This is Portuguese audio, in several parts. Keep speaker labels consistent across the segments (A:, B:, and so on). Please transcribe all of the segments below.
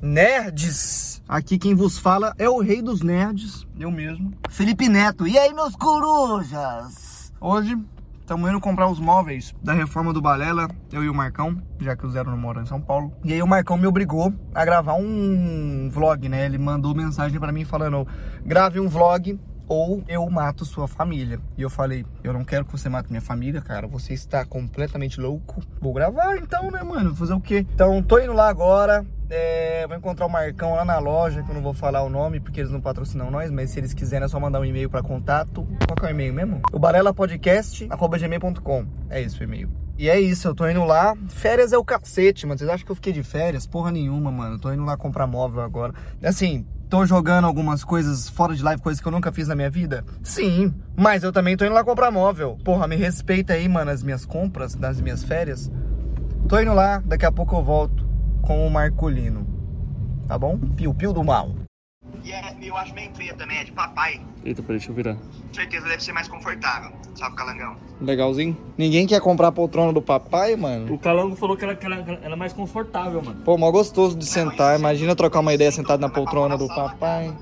A: nerds. Aqui quem vos fala é o rei dos nerds, eu mesmo, Felipe Neto. E aí, meus corujas? Hoje estamos indo comprar os móveis da reforma do Balela, eu e o Marcão, já que o Zero não mora em São Paulo. E aí o Marcão me obrigou a gravar um vlog, né? Ele mandou mensagem pra mim falando: "Grave um vlog ou eu mato sua família. E eu falei, eu não quero que você mate minha família, cara. Você está completamente louco. Vou gravar então, né, mano? Fazer o quê? Então, tô indo lá agora. É, vou encontrar o Marcão lá na loja, que eu não vou falar o nome, porque eles não patrocinam nós, mas se eles quiserem é só mandar um e-mail para contato. Qual que é o e-mail mesmo? O barelapodcast.gmail.com. É isso o e-mail. E é isso, eu tô indo lá. Férias é o cacete, mano. Vocês acham que eu fiquei de férias? Porra nenhuma, mano. Eu tô indo lá comprar móvel agora. Assim, tô jogando algumas coisas fora de live, coisas que eu nunca fiz na minha vida? Sim, mas eu também tô indo lá comprar móvel. Porra, me respeita aí, mano, as minhas compras, das minhas férias. Tô indo lá, daqui a pouco eu volto com o Marcolino. Tá bom? Piu-piu do mal.
B: E é, eu acho meio feia também, é de papai.
C: Eita, peraí, deixa eu virar.
B: Com certeza deve ser mais confortável. Salve, calangão.
C: Legalzinho.
A: Ninguém quer comprar a poltrona do papai, mano?
C: O Calango falou que ela, que ela, que ela é mais confortável, mano.
A: Pô, mó gostoso de sentar. Imagina eu trocar uma ideia sentado na poltrona do papai.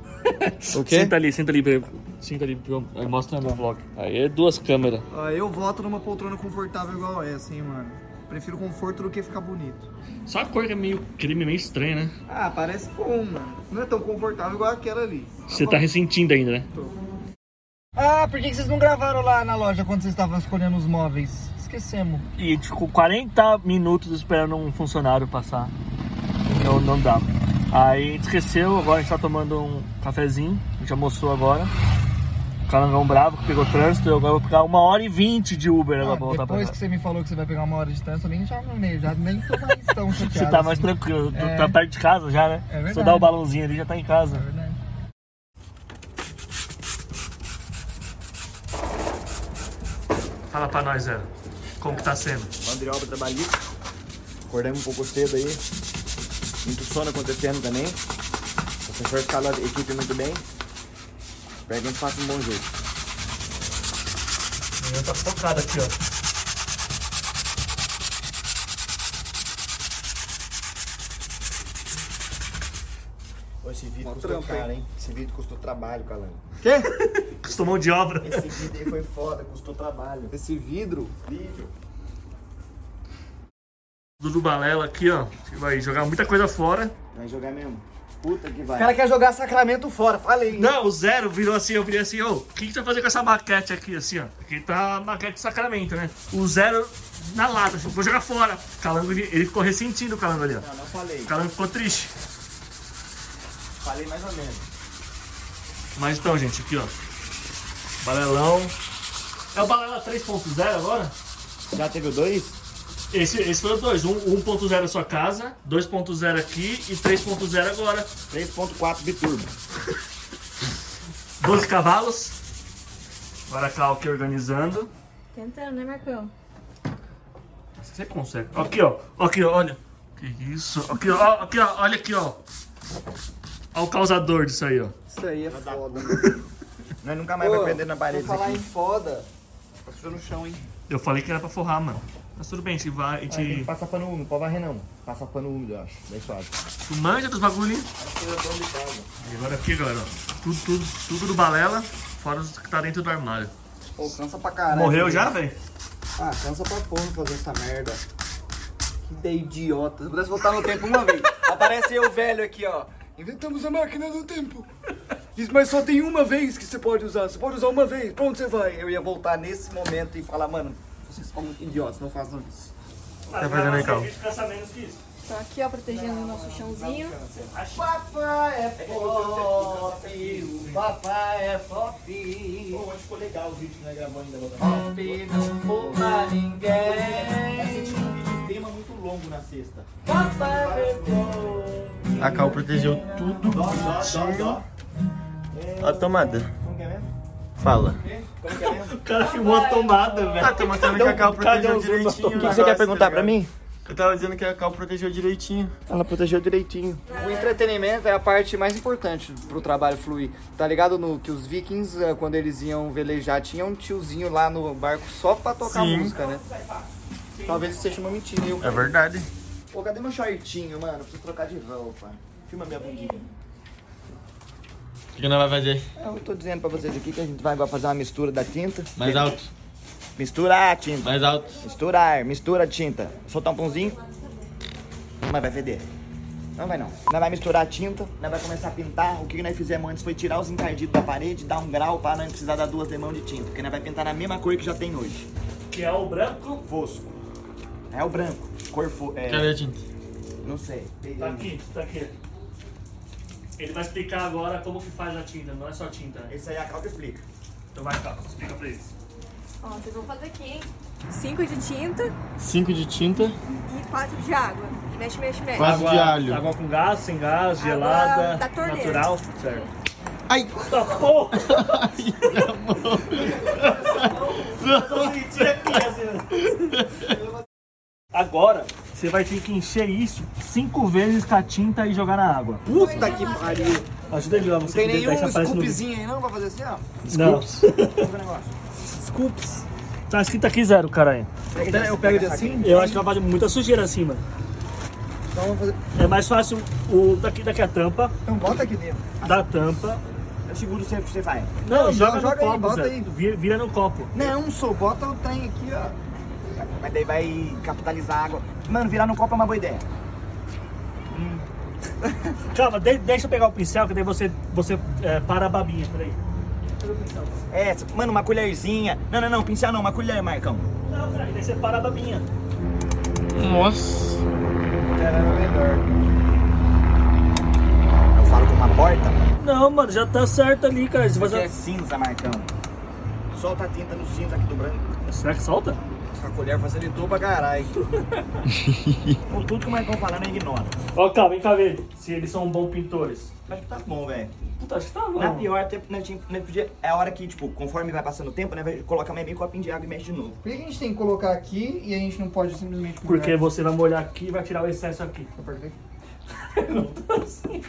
A: O quê?
C: Senta ali, senta ali, peraí. Senta ali, porque eu- aí mostra meu vlog. Aí é duas câmeras.
A: Ah, eu voto numa poltrona confortável igual essa, hein, mano. Prefiro conforto do que ficar bonito.
C: Só a cor que é meio creme, meio estranha, né?
A: Ah, parece bom, mano. Não é tão confortável igual aquela ali.
C: Você tá ressentindo ainda, né?
A: Ah, por que que vocês não gravaram lá na loja quando vocês estavam escolhendo os móveis? Esquecemos.
C: E ficou 40 minutos esperando um funcionário passar. Então não dá. Aí a gente esqueceu, agora a gente tá tomando um cafezinho, a gente almoçou agora. O Calangão bravo que pegou trânsito, eu agora vou ficar uma hora e vinte de Uber agora pra voltar pra
A: depois
C: casa.
A: que você me falou que você vai pegar uma hora de trânsito, eu nem já, nem, já nem tô mais tão chateado.
C: Você tá mais
A: assim.
C: tranquilo, tu
A: É.
C: tá perto de casa já, né?
A: É verdade.
C: Só dá o balãozinho ali já tá em casa.
A: É verdade.
C: Fala pra nós, Zé. Como que tá sendo?
D: Mão de obra trabalhista. Acordamos um pouco cedo aí. Muito sono acontecendo também. O professor escala a equipe muito bem. Espero que a gente faça um bom jogo.
C: O meu tá focado aqui, ó.
D: Ô, esse vídeo custou caro, hein? Esse vídeo custou trabalho, Calango.
C: Custou mão de obra.
D: Esse vídeo aí foi foda, custou trabalho.
A: Esse vidro.
D: Vídeo.
C: Dudu Balela aqui, ó. que Vai jogar muita coisa fora.
D: Vai jogar mesmo. Puta que
A: O
D: vai.
A: cara quer jogar Sacramento fora, falei.
C: Não, o Zero virou assim, eu virei assim, ô, o que, que você vai fazer com essa maquete aqui, assim, ó? Aqui tá a maquete de sacramento, né? O Zero na lata, assim, vou jogar fora. Calango, ele, ele ficou ressentindo o Calango ali, ó.
D: Não, não falei.
C: O Calango ficou triste.
D: Falei mais ou menos.
C: Mas então, gente, aqui, ó. Balelão. É o Balela 3.0 agora?
D: Já teve o dois?
C: Esse, esse foi o dois. Um- 1.0 sua casa, 2.0 aqui e 3.0 agora.
D: 3.4 biturbo.
C: 12 cavalos. Agora a Clau aqui organizando.
E: Tentando, né, Marcão?
C: Você consegue. Aqui, ó. Aqui, ó. Olha. Que isso. Aqui, ó. Aqui, ó. Olha aqui, ó. Olha o causador disso aí, ó.
A: Isso aí é foda.
D: Nós nunca mais vai perder na parede isso
A: Vou falar
D: aqui.
A: em foda. Tá sujando o chão, hein?
C: Eu falei que era pra forrar, mano. Mas tudo bem, a gente vai. A
D: Ah, Tem que
C: gente
D: passar pano úmido, pode varrer não. Passar pano úmido, eu acho. Bem suave.
C: tu manja dos bagulhinhos.
D: é
C: E agora aqui, galera, ó. Tudo, tudo, tudo do balela, fora os que tá dentro do armário.
A: Pô, cansa pra caralho.
C: Morreu já, velho?
A: Ah, cansa pra porra fazer essa merda. Que ideia idiota. Se pudesse voltar no tempo uma vez. Aparece eu velho aqui, ó. Inventamos a máquina do tempo. Diz, mas só tem uma vez que você pode usar. Você pode usar uma vez. Pra onde você vai? Eu ia voltar nesse momento e falar, mano, vocês são muito idiotas, não façam isso.
C: Tá fazendo aí, Cal?
E: Tô Tá aqui, ó, protegendo o nosso chãozinho.
A: Papai é pop, o papai é pop. Pô, acho que ficou legal o vídeo que nós gravamos ainda. Pop não poupa ninguém.
D: tipo tema é muito longo na sexta.
A: Papai é
D: A Cal protegeu tudo. Dó, dó, dó, dó. Ó a tomada. Fala. é
C: O cara filmou a
A: é
C: tomada, velho.
D: Ah, tô mostrando que a Cal protegeu direitinho. O que você quer perguntar pra mim? Eu tava dizendo que a Cal protegeu direitinho. Ela protegeu direitinho.
A: O entretenimento é a parte mais importante pro trabalho fluir. Tá ligado no que os vikings, eh, quando eles iam velejar, tinha um tiozinho lá no barco só pra tocar
D: Sim.
A: música, né? Talvez isso seja uma mentira, hein?
D: É verdade.
A: Pô, cadê meu shortinho, mano? Preciso trocar de roupa.
D: Filma minha bundinha.
F: O que, que nós vai fazer?
D: Eu tô dizendo pra vocês aqui que a gente vai agora fazer uma mistura da tinta.
F: Mais
D: Que-
F: alto,
D: Misturar a tinta.
F: mais alto.
D: Misturar, mistura a tinta. Só tampãozinho. Mas vai feder. Não vai não. Nós vai misturar a tinta, nós vai começar a pintar. O que nós fizemos antes foi tirar os encardidos da parede, dar um grau para nós precisar dar duas demãos de tinta. Porque nós vai pintar na mesma cor que já tem hoje.
G: Que é o branco.
D: Fosco. É o branco. Cor fo... é,
F: Cadê a tinta?
D: Não sei. Peguei.
G: Tá aqui, tá aqui. Ele vai explicar agora como que faz a tinta, não é só tinta. né?
D: Esse aí a Calca explica.
G: Então vai cá, explica pra eles.
E: Ó, vocês vão fazer aqui, hein? 5 de tinta
F: 5 de tinta,
E: e 4 de água. E mexe, mexe, mexe.
F: Quase de alho.
G: Água com gás, sem gás,
E: Água
G: gelada,
E: da torneira.
G: natural, certo.
F: Ai!
G: Tá porra! Agora, você vai ter que encher isso cinco vezes com a tinta e jogar na água.
A: Puta que pariu.
G: Ajuda a ajudar
A: Não
G: você
A: tem
G: que deve
A: nenhum
G: estar aparecendo no vídeo.
A: scoopzinho aí não pra fazer assim, ó.
G: Não. Scoops. Tá escrito aqui zero, caralho.
A: Eu pego ele assim.
G: Eu acho que ela faz muita sujeira acima.
A: Então vamos fazer.
G: É mais fácil o daqui, daqui a tampa,
A: Então bota aqui dentro.
G: da tampa.
D: Eu seguro sempre que você vai.
G: Não,
A: Não,
G: joga,
A: joga
G: no
A: aí,
G: copo,
A: bota
G: Zé.
A: aí.
G: Vira, vira no copo.
A: Não, sou, bota o trem aqui, ó.
D: Mas daí vai capitalizar a água. Mano, virar no copo é uma boa ideia.
G: Calma, de- deixa eu pegar o pincel, que daí você, você é, para a babinha, peraí.
D: É, mano, uma colherzinha. Não, não, não, pincel não, uma colher, Marcão.
G: Não, caralho, daí você para a babinha.
F: Nossa!
D: Eu falo com uma porta.
G: Não, mano, já tá certo ali, cara. Você vai...
D: Porque é cinza, Marcão. Solta a tinta no cinza aqui do branco.
G: Será que solta?
D: A colher facilitou pra caralho. Pô, Tudo que o Marcão né, falando eu ignoro.
G: Ó, calma, vem cá ver se eles são bons pintores.
D: Acho que tá bom, velho.
G: Puta, acho que tá bom.
D: Na pior, até nós tinha- nós podia- é a hora que, tipo, conforme vai passando o tempo, né, vai colocar mais meio copinho de água e mexe de novo.
A: Por que a gente tem que colocar aqui e a gente não pode simplesmente
G: Porque você vai molhar aqui e vai tirar o excesso aqui. Não tá assim.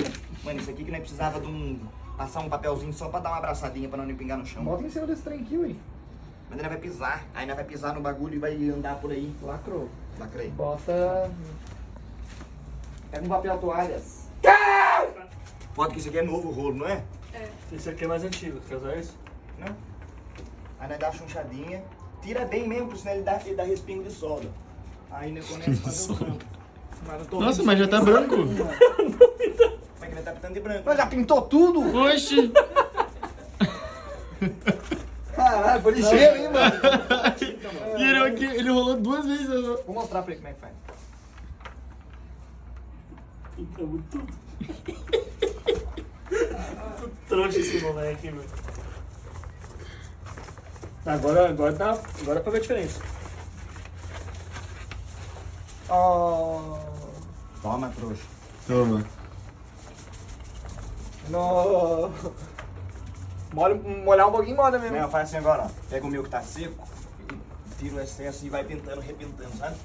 D: Mano, isso aqui que nós precisava de um... Passar um papelzinho só pra dar uma abraçadinha pra não pingar no chão.
A: Bota em cima desse trem aqui, ué.
D: Mas nós vai pisar. Aí nós vai pisar no bagulho e vai andar por aí.
A: Lacrou.
D: Lacrei.
A: Bota.
D: Pega um papel toalhas. Pode que isso aqui é novo o rolo, não é?
G: Esse aqui é mais antigo, quer usar isso?
D: Não. Aí nós dá uma chunchadinha. Tira bem mesmo, porque senão ele dá, ele dá respingo de solda. Aí nós começa a fazer o branco. Mas eu tô-
F: Nossa, mas já tá branco!
D: Como é que nós tá pintando de branco?
A: Mas já pintou tudo?
F: Oxi!
A: Caralho, foi ligeiro, hein, mano.
F: E ele, aqui, ele rolou duas vezes. né?
A: Vou mostrar pra ele como é que faz.
G: Pintamos tudo. Trouxa esse moleque, velho. Agora, agora, dá, agora dá pra ver a diferença.
A: Oh.
D: Toma, trouxa.
F: Toma.
A: No. Molha, molhar um pouquinho molha mesmo.
D: Não, faz assim agora, ó. Pega o meu que tá seco, tira o excesso e vai pintando, repintando, sabe?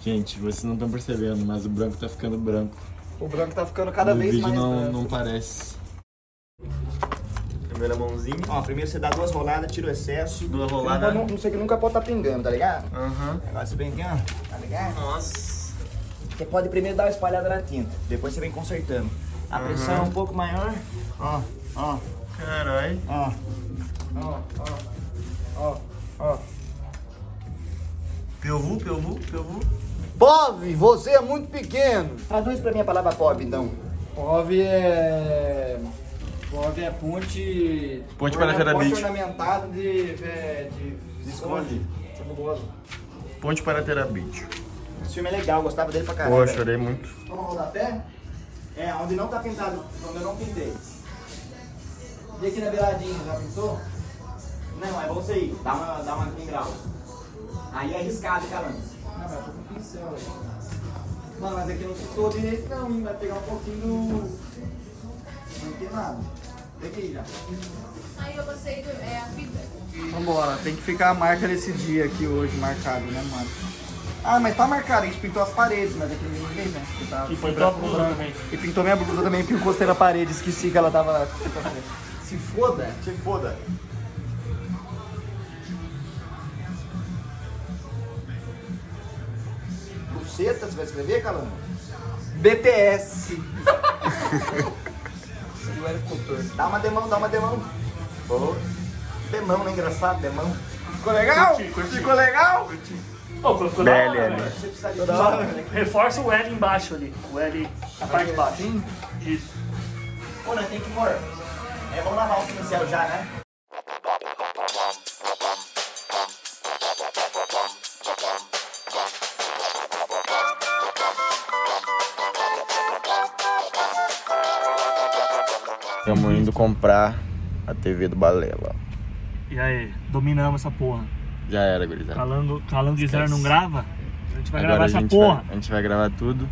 F: Gente, vocês não estão percebendo, mas o branco tá ficando branco.
A: O branco tá ficando cada
F: no
A: vez
F: vídeo
A: mais
F: não,
A: branco.
F: não parece.
D: Primeira mãozinha. Ó, primeiro você dá duas roladas, tira o excesso.
F: Duas
D: Não, não, não sei que nunca pode estar pingando, tá ligado?
F: Aham.
D: Agora você vem aqui, ó. Tá ligado? Nossa. Você pode primeiro dar uma espalhada na tinta, depois você vem consertando. A pressão é um pouco maior. Ó, ó,
F: Caralho.
D: ó.
A: Ó, ó, ó, ó.
D: Piovu, piovu, piovu.
A: Bob, você é muito pequeno.
D: Traduz pra mim a palavra pobre, então.
A: Bob é. Bob é ponte.
F: Ponte para
A: orna-
F: Jarabique.
A: Ponte ornamentada de. é, de... de
D: Esconde.
A: Fabuloso.
F: Ponte para Terabit.
D: Esse filme é legal, gostava dele pra caralho.
F: Pô, eu
D: velho.
F: chorei muito.
D: Vamos rodar pé? É, onde não tá pintado, onde eu não pintei.
A: E aqui na beiradinha, já pintou?
D: Não, é você ir, dá uma, dá uma em grau. Aí é arriscado, caramba.
A: Ah, mas tô com pincel aí. Mano, mas aqui não pintou direito não, hein? Vai pegar um pouquinho do. Não tem nada. Peguei já.
E: Aí eu gostei do. É a fita.
A: Vambora, tem que ficar a marca desse dia aqui hoje, marcado, né, mano? Ah, mas tá marcado, a gente pintou as paredes, mas aqui ninguém vê, né? Que tá-
G: E foi tua blusa também.
A: E pintou minha blusa também, porque eu encostei na parede, esqueci que ela tava. Se foda.
D: Se foda.
A: Buceta, você vai escrever, Calando? BPS. e o agricultor.
D: Dá uma demão, dá uma demão. Boa. Demão, né? Engraçado, demão.
A: Ficou legal? Ficou legal?
G: Pô, ficou da hora,
F: Bele,
G: velho.
D: Você precisa de uma...
G: Reforça o L embaixo ali. O L, a parte de baixo. Isso.
D: Pô, nós tem que pôr. É, vamos lavar o pincel já, né?
F: Estamos indo comprar a TV do Balela.
G: E aí, dominamos essa porra.
F: Já era, gurizada.
G: Calango, calango e
F: Esquece.
G: Zero não grava? A gente vai
F: Agora
G: gravar
F: a
G: essa
F: gente,
G: porra.
F: vai, a gente vai gravar tudo,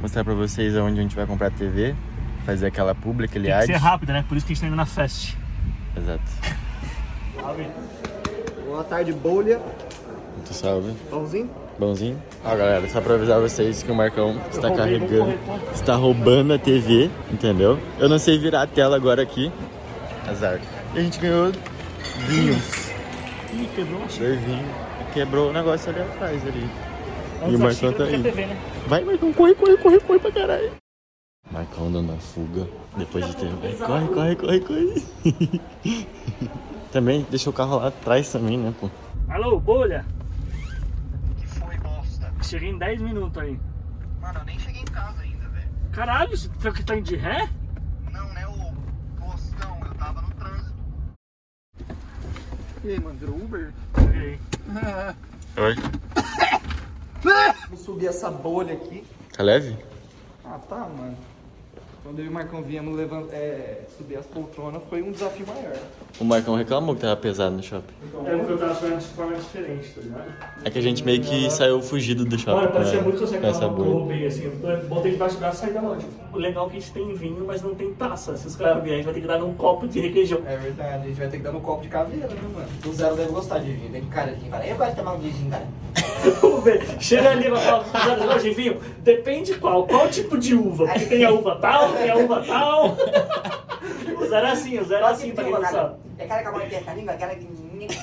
F: mostrar pra vocês aonde a gente vai comprar a TV, fazer aquela publi, aquele
G: Tem que
F: ad.
G: ser rápido, né? Por isso que a gente tá indo na fest.
F: Exato.
D: Boa tarde, bolha.
F: Muito salve.
D: Pãozinho?
F: Tá Bonzinho? Ó, galera, só pra avisar vocês que o Marcão está
D: né?
G: roubei, vamos
F: Tá carregando, está roubando a TV, entendeu? Eu não sei virar a tela agora aqui. Azar. E a gente ganhou vinhos.
G: Ih, quebrou a xícara.
F: Dois vinhos. Quebrou o negócio ali atrás ali.
G: Antes
F: o
G: da
F: Marcão
G: xícara
F: tá
G: do que a
F: aí.
G: TV, né?
F: Vai, Marcão, corre, corre, corre, corre pra caralho. Marcão dando a fuga depois de ter. Vai, Corre, corre, corre, corre. também deixou o carro lá atrás também, né, pô?
G: Alô, bolha?
B: Que foi, bosta.
G: Cheguei em 10 minutos aí.
B: Mano, eu nem cheguei em casa ainda, velho.
G: Caralho, você tá que tá indo de ré?
B: Não, né, ô postão, eu tava no trânsito.
A: E aí, mano, virou Uber?
G: E aí?
F: Oi.
A: Vou subir essa bolha aqui.
F: Tá leve?
A: Ah, tá, mano. Quando eu e o Marcão viemos levan- é, subir as poltronas, foi um desafio maior.
F: O Marcão reclamou que tava pesado no shopping.
G: É porque eu tava falando de forma diferente, tá ligado?
F: É que a gente meio que saiu fugido do shopping.
G: Olha, parecia
F: né?
G: muito que você
F: Com essa
G: acabou que eu
F: bolha.
G: roubei, assim. Eu botei debaixo do braço e saí da loja. O legal é que a gente tem vinho, mas não tem taça. Se os caras vierem, a gente vai ter que dar num copo de requeijão.
A: É verdade, a gente vai ter que dar no copo de caveira, né, mano?
D: O Zero deve gostar de vinho. Tem cara de vinho, cara. Eu gosto de tomar um vinho, de gin, cara.
G: Vamos ver. Chega ali na loja de vinho, depende qual. Qual tipo de uva? Porque tem a uva tal, tem a uva tal. O Zé era assim, o Zé era assim, pra quem não sabe.
D: É cara com a mão aberta, a língua, aquela que...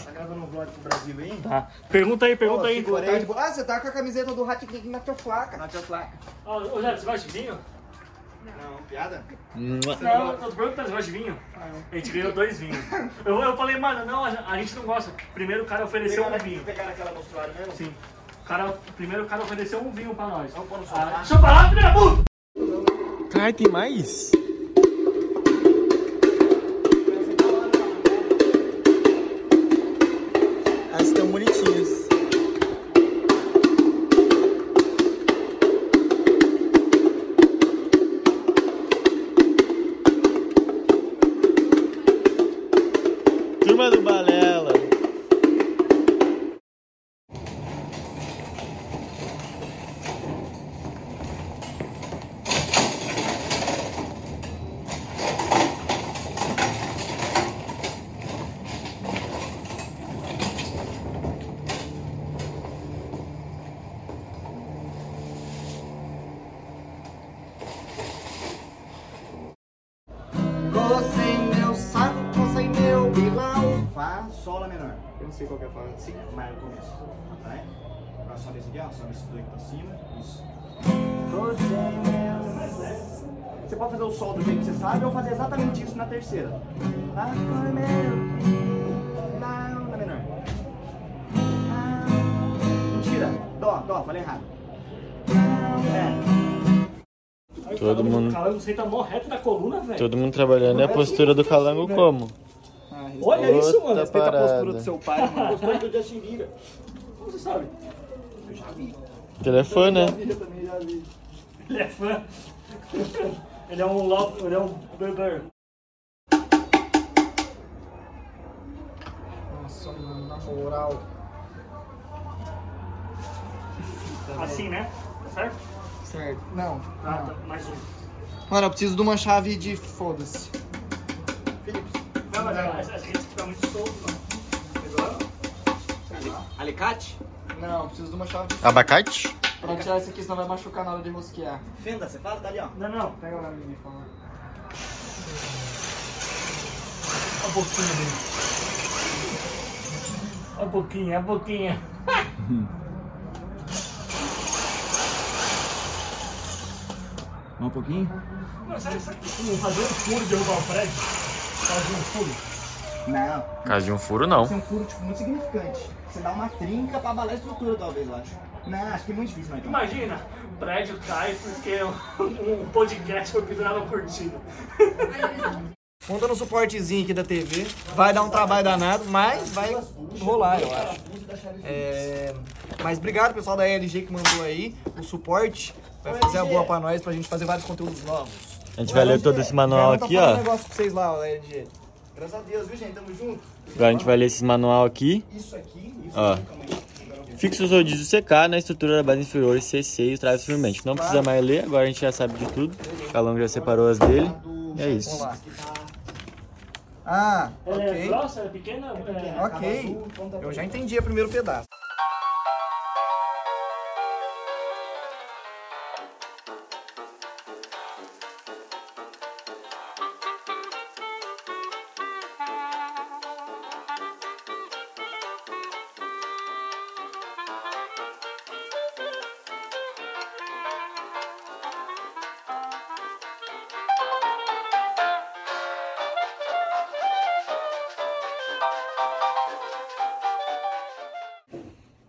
D: Tá gravando um vlog pro Brasil aí?
G: Tá. Pergunta aí, pergunta aí.
D: Tá de boa. Ah, você tá com a camiseta do Rato King na tua placa. Na tua placa.
G: Ô, ô, Zé, você gosta de vinho?
B: Não,
D: tipo,
B: piada?
G: Não, não pergunta se gosta de vinho. A gente ganhou dois vinhos. Eu, eu falei, mano, não, a, a gente não gosta. Primeiro o cara ofereceu um vinho.
D: Pegaram aquela postura mesmo?
G: Sim. O cara, primeiro o cara ofereceu um vinho pra nós. Ah, deixa eu parar, filha da puta!
F: Cara, tem mais? As estão bonitinhas. Turma do Balela.
D: Cossei meu saco, cossei meu bilão. Fá, sol, lá menor. Eu não sei qual que é a forma. Sim, mas eu começo. Tá, né? Agora sobe esse aqui, ó. Sobe esse dois pra cima. Isso. Cossei meu... Você pode fazer o sol do jeito que você sabe ou fazer exatamente isso na terceira. Lá, foi meu... Lá, lá menor. Lá. Mentira. Dó, dó. Falei errado. É.
F: Todo mundo-
G: O cara não sei, tá mó reto da coluna, velho.
F: Todo mundo trabalhando. E a postura do calango como? É
G: Olha isso, mano.
F: Outra parada.
A: pai, mano.
D: Gostou do Justin Bieber?
G: Como você sabe?
F: Telefone, né?
G: Ele é fã. Ele é um love, ele é um beber.
A: Nossa, mano, na moral.
G: Assim, né? Tá certo?
A: Certo. Não.
G: Ah, tá. Mais um.
A: Mano, eu preciso de uma chave de foda-se.
G: Não, mas a, a gente tá muito solto, mano.
D: Alicate?
A: Não, eu preciso de uma chave de
F: Abacate?
A: Pra tirar isso aqui, senão vai machucar na hora de rosquear.
D: Fenda, você fala? Tá ali, ó.
G: Não, não.
A: Pega lá, menino, por favor.
G: A boquinha dele. A boquinha, a boquinha.
D: Mais um pouquinho?
G: Mano, será, será que tipo, fazer um furo de derrubar o prédio? Fazer um furo?
D: Não.
F: Caso de um furo, não.
D: Isso é um furo, tipo, muito significante. Você dá uma trinca pra abalar a estrutura, talvez, eu acho. Não, acho que é muito difícil, Marcão.
G: Imagina, o prédio cai porque um, um podcast foi pendurado na cortina.
A: Conta no suportezinho aqui da TV. Vai dar um trabalho danado, mas vai rolar, eu acho. É, Mas obrigado, pessoal da LG que mandou aí o suporte. Vai fazer a boa pra nós, pra gente fazer vários conteúdos novos.
F: A gente vai ler todo esse manual
A: Já tá
F: aqui,
A: falando Um
F: ó.
A: negócio pra vocês lá, ó, LG. Graças a Deus, viu, gente? Tamo junto.
F: Agora a gente vai ler esse manual aqui.
A: Isso aqui, isso
F: Ó.
A: aqui, calma aí.
F: Fixa os rodízios CK na estrutura da base inferior e CC e os traves firmemente. Não precisa mais ler, agora a gente já sabe de tudo. O Calão já separou as dele. E é isso.
A: Vamos lá. Ah,
G: Ela é
A: ok.
G: grossa, ela é pequena? É...
A: Ok. Eu já entendi o primeiro pedaço.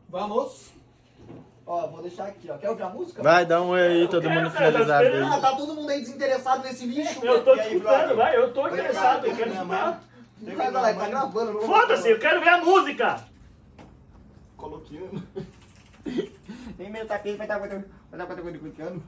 A: Vamos. Ó, vou deixar aqui, ó. Quer ouvir a música?
F: Vai, dá um oi aí, todo
G: quero,
F: mundo
G: cara, eu tô
F: finalizado
G: esperando.
F: aí.
A: Ah, tá todo mundo aí desinteressado nesse lixo.
G: Eu tô
A: E aí,
G: escutando,
A: brother? né,
G: vai, eu tô interessado, eu quero
A: Não,
G: escutar.
A: Não vai, galera, tá gravando. não vou-
G: Foda-se, eu quero ver a música!
D: Coloquiano. tá Tem meio taquinho, vai dar vai dar vai dar coloquiano.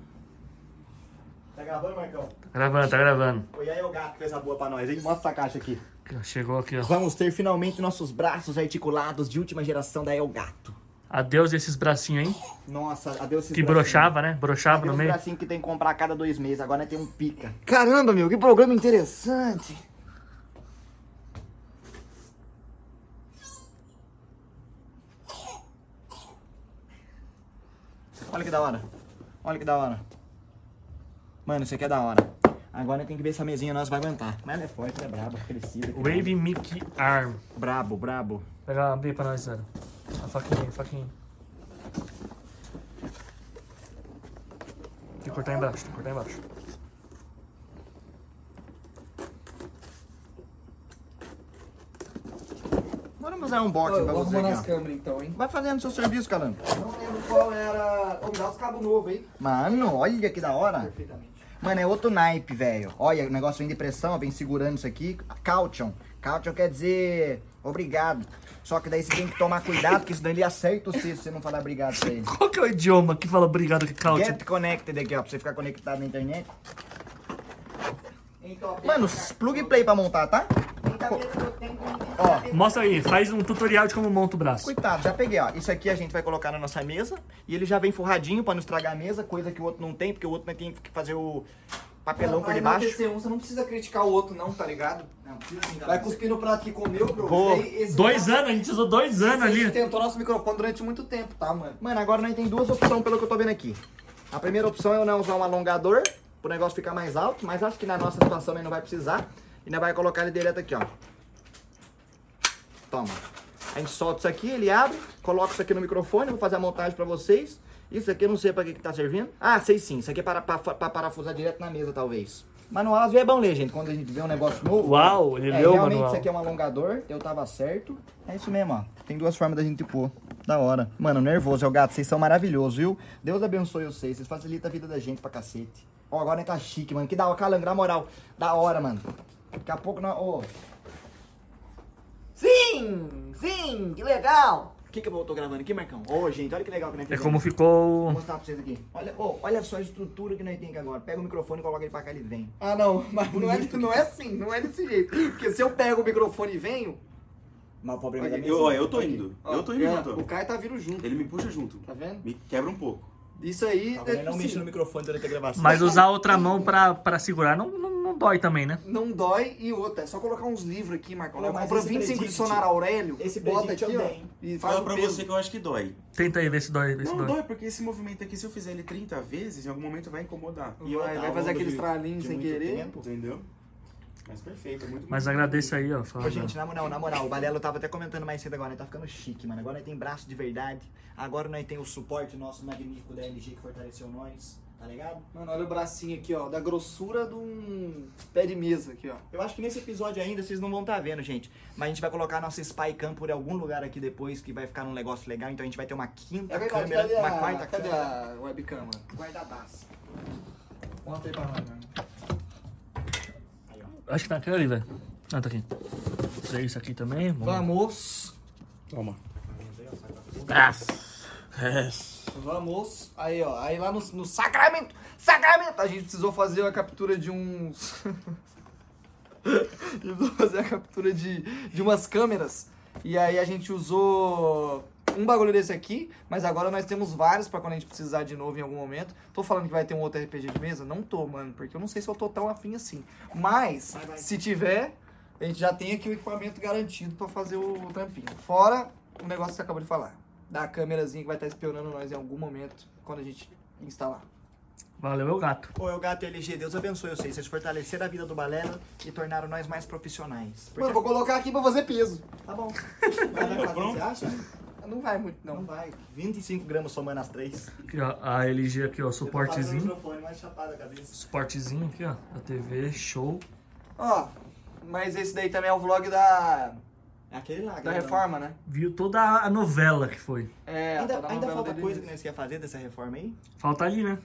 D: Tá gravando, Marcão?
G: Gravando, tá gravando.
D: Foi aí o gato que fez a boa pra nós, hein? Mostra essa caixa aqui.
G: Chegou aqui, ó.
D: Vamos ter finalmente nossos braços articulados de última geração da El Gato.
G: Adeus esses bracinhos aí,
D: Nossa, adeus esses
G: que
D: bracinhos.
G: brochava, né? Brochava
D: Adeus
G: no
D: os
G: meio.
D: bracinhos que tem que comprar a cada dois meses. Agora né, tem um pica.
A: Caramba, meu, que programa interessante.
D: Olha que da hora. Olha que da hora. Mano, isso aqui é da hora. Agora né, tem que ver se a mesinha nós vai aguentar. Mas ela é forte, ela é braba, crescida. que
G: Wave Mickey Arm.
D: Brabo, brabo.
G: Pega, abrir pra nós, velho. A faquinha, a faquinha. Tem que cortar embaixo, tem que cortar embaixo.
D: Bora fazer um unboxing
A: Eu
D: pra
A: vou
D: você
A: arrumar nas
D: aqui, ó.
A: câmeras então, hein?
D: Vai fazendo seu serviço, caramba.
A: Não lembro qual era. Ô, me dá os cabos novos aí.
D: Mano, olha que da hora. Mano, é outro naipe, velho. Olha, o negócio vem de pressão, vem segurando isso aqui. Caution. Caution quer dizer obrigado. Só que daí você tem que tomar cuidado, porque isso daí ele acerta o C se você não falar obrigado pra ele.
G: Qual que é o idioma que fala obrigado que causa?
D: Get connected aqui, ó, pra você ficar conectado na internet.
A: Então,
D: Mano, plug and play pra montar, tá? Ó,
G: Mostra aí, faz um tutorial de como monta o braço.
D: cuidado, já peguei, ó. Isso aqui a gente vai colocar na nossa mesa. E ele já vem forradinho pra não estragar a mesa, coisa que o outro não tem, porque o outro né, tem que fazer o papelão por debaixo.
A: Um, você não precisa criticar o outro, não, tá ligado? Não, precisa sim, Vai cuspir no prato que comeu, bro.
D: Vou.
A: Esse-
G: Dois anos, a gente usou dois anos
A: Você
G: ali.
A: tentou nosso microfone durante muito tempo, tá, mano?
D: Mano, agora nós tem duas opções pelo que eu tô vendo aqui. A primeira opção é eu não usar um alongador, pro negócio ficar mais alto, mas acho que na nossa situação nós não vai precisar. E nós vai colocar ele direto aqui, ó. Toma. A gente solta isso aqui, ele abre, coloca isso aqui no microfone, vou fazer a montagem pra vocês. Isso aqui eu não sei pra que que tá servindo. Ah, sei sim, isso aqui é para, para, para parafusar direto na mesa, talvez. Mas no Asio é bom ler, gente, quando a gente vê um negócio novo.
G: Uau, ele
D: é,
G: leu o
D: realmente
G: manual.
D: isso aqui é um alongador, eu tava certo. É isso mesmo, ó. Tem duas formas da gente pôr. Da hora. Mano, nervoso, é o gato. Vocês são maravilhosos, viu? Deus abençoe vocês. Vocês facilitam a vida da gente pra cacete. Ó, agora né, tá chique, mano. Que da hora, calangra, na moral. Da hora, mano. Daqui a pouco nós. Ô.
A: Sim! Sim! Que legal!
D: O que que eu tô gravando aqui, Marcão? Ô, gente, olha que legal que nós
G: É
D: fizemos.
G: como ficou.
D: Vou mostrar pra vocês aqui. Olha, ô, olha só a estrutura que nós temos aqui agora. Pega o microfone e coloca ele pra cá, ele vem.
A: Ah, não, mas não é, não é assim, não é desse jeito. Porque se eu pego o microfone e venho.
D: Mas o problema é da
H: Eu,
D: mesa-
H: eu, eu tô indo.
A: ó,
H: eu tô indo
A: é,
H: junto.
A: O Caio tá vindo junto,
H: Ele me puxa junto.
A: tá vendo?
H: Me quebra um pouco.
A: Isso aí.
D: Tá vendo? Ele
A: tipo
D: não
A: assim,
D: mexe no microfone durante a gravação.
G: Mas usar a outra mão pra, pra segurar não, não, não dói também, né?
A: Não dói e outra. É só colocar uns livros aqui, Marcão.
D: Não,
A: Nós
D: mas
A: compramos
D: esse
A: 25 de
D: Predict-
A: Sonar Aurélio.
D: esse
A: bota
D: Predict
A: aqui,
D: eu
A: ó.
D: dei.
A: E faz
H: Fala
A: o
H: pra
A: peso.
H: você que eu acho que dói.
G: Tenta aí ver se dói. Ver se
H: Não
G: dói.
H: dói, porque esse movimento aqui, se eu fizer ele 30 vezes, em algum momento vai incomodar.
A: E vai, vai fazer aqueles tralinhos sem querer.
H: Entendeu? Mas perfeito, é muito
G: Mas
H: bom.
G: agradeço aí, ó. fala,
D: Ô, gente, na moral, na moral, o Balelo tava até comentando mais cedo agora, né? Tá ficando chique, mano. Agora nós tem braço de verdade. Agora nós tem o suporte nosso magnífico da LG que fortaleceu nós. tá ligado?
A: Mano, olha o bracinho aqui, ó. Da grossura de um pé de mesa aqui, ó.
D: Eu acho que nesse episódio ainda vocês não vão estar vendo, gente. Mas a gente vai colocar a nossa spy cam por algum lugar aqui depois que vai ficar num negócio legal. Então a gente vai ter uma quinta
A: É verdade,
D: câmera,
A: cadê a,
D: uma quarta
A: cadê
D: câmera.
A: a webcam, mano?
D: Guardadaço.
A: Mostra aí pra nós, mano.
G: Acho que tá aqui ali, velho. Ah, tá aqui. Três isso aqui também. Vamos.
A: Vamos,
G: Toma.
A: vamos. Aí, ó. Aí lá no, no Sacramento, Sacramento! A gente precisou fazer a captura de uns... a gente precisou fazer a captura de, de umas câmeras. E aí a gente usou um bagulho desse aqui, mas agora nós temos vários pra quando a gente precisar de novo em algum momento. Tô falando que vai ter um outro RPG de mesa? Não tô, mano, porque eu não sei se eu tô tão afim assim. Mas, se tiver, a gente já tem aqui o equipamento garantido pra fazer o trampinho. Fora o negócio que você acabou de falar. Da câmerazinha que vai estar espionando nós em algum momento quando a gente instalar.
G: Valeu, meu gato.
D: Ô, eu gato LG, Deus abençoe vocês. Vocês fortaleceram a vida do Balela e tornaram nós mais profissionais. Porque-
A: Mano, eu vou colocar aqui pra fazer peso.
D: Tá bom. Vai dar fácil, você acha?
A: Não vai muito, não.
D: Não vai. 25 gramas somando as três.
G: Aqui, ó, a LG aqui, ó,
D: Eu tô falando no
G: suportezinho.
D: microfone, mais chapado a cabeça.
G: Suportezinho aqui, ó, da TV, show.
A: Ó, mas esse daí também é o vlog da,
D: É aquele lá.
A: da
D: grandão.
A: reforma, né?
G: Viu toda a novela que foi.
A: É, tá
D: Ainda,
A: na
D: ainda
A: novela
D: falta
A: dele
D: coisa que
A: mesmo.
D: nós quer fazer dessa reforma aí?
G: Falta ali, né?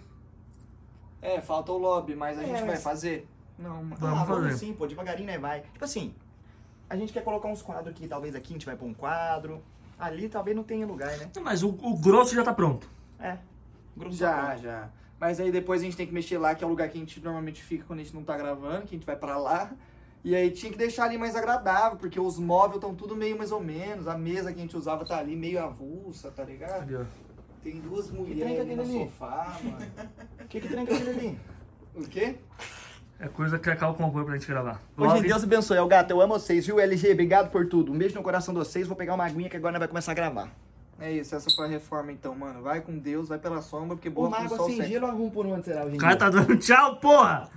A: É, falta o lobby, mas a
D: né? É,
A: gente vai
D: mas-
A: fazer. Não, mano.
G: Vamos
D: ah, vamos
G: fazer.
D: sim, pô. Devagarinho, né? Vai. Tipo assim, a gente quer colocar uns quadros aqui. Talvez aqui a gente vai pôr um quadro. Ali talvez não tenha lugar, né?
G: Não, Mas o, o grosso já tá pronto.
D: É. Grupo
A: Já, já. Mas aí depois a gente tem que mexer lá, que é o lugar que a gente normalmente fica quando a gente não tá gravando, que a gente vai pra lá. E aí tinha que deixar ali mais agradável, porque os móveis estão tudo meio mais ou menos. A mesa que a gente usava tá ali meio avulsa, tá ligado?
G: Ali, ó.
A: Tem duas
D: tem
A: mulheres ali no
D: aquele ali?
A: sofá, mano.
D: O que que tem aquele ali?
A: O quê?
G: É coisa que a Cal compõe pra gente gravar.
D: Hoje
G: Love.
D: Deus abençoe, o gato. Eu amo vocês, viu, LG? Obrigado por tudo. Um beijo no coração de vocês. Vou pegar uma aguinha que agora nós vai começar a gravar.
A: É isso, essa foi a reforma então, mano. Vai com Deus, vai pela sombra, porque boa
D: Uma
A: com o
D: água
A: sol
D: sem
A: sempre.
D: gelo, algum por onde será hoje em
G: O cara
D: dia?
G: tá dando tchau, porra!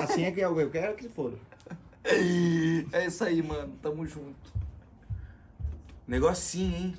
D: Assim é que eu eu quero que for.
A: É isso aí, mano. Tamo junto.
H: Negocinho, hein?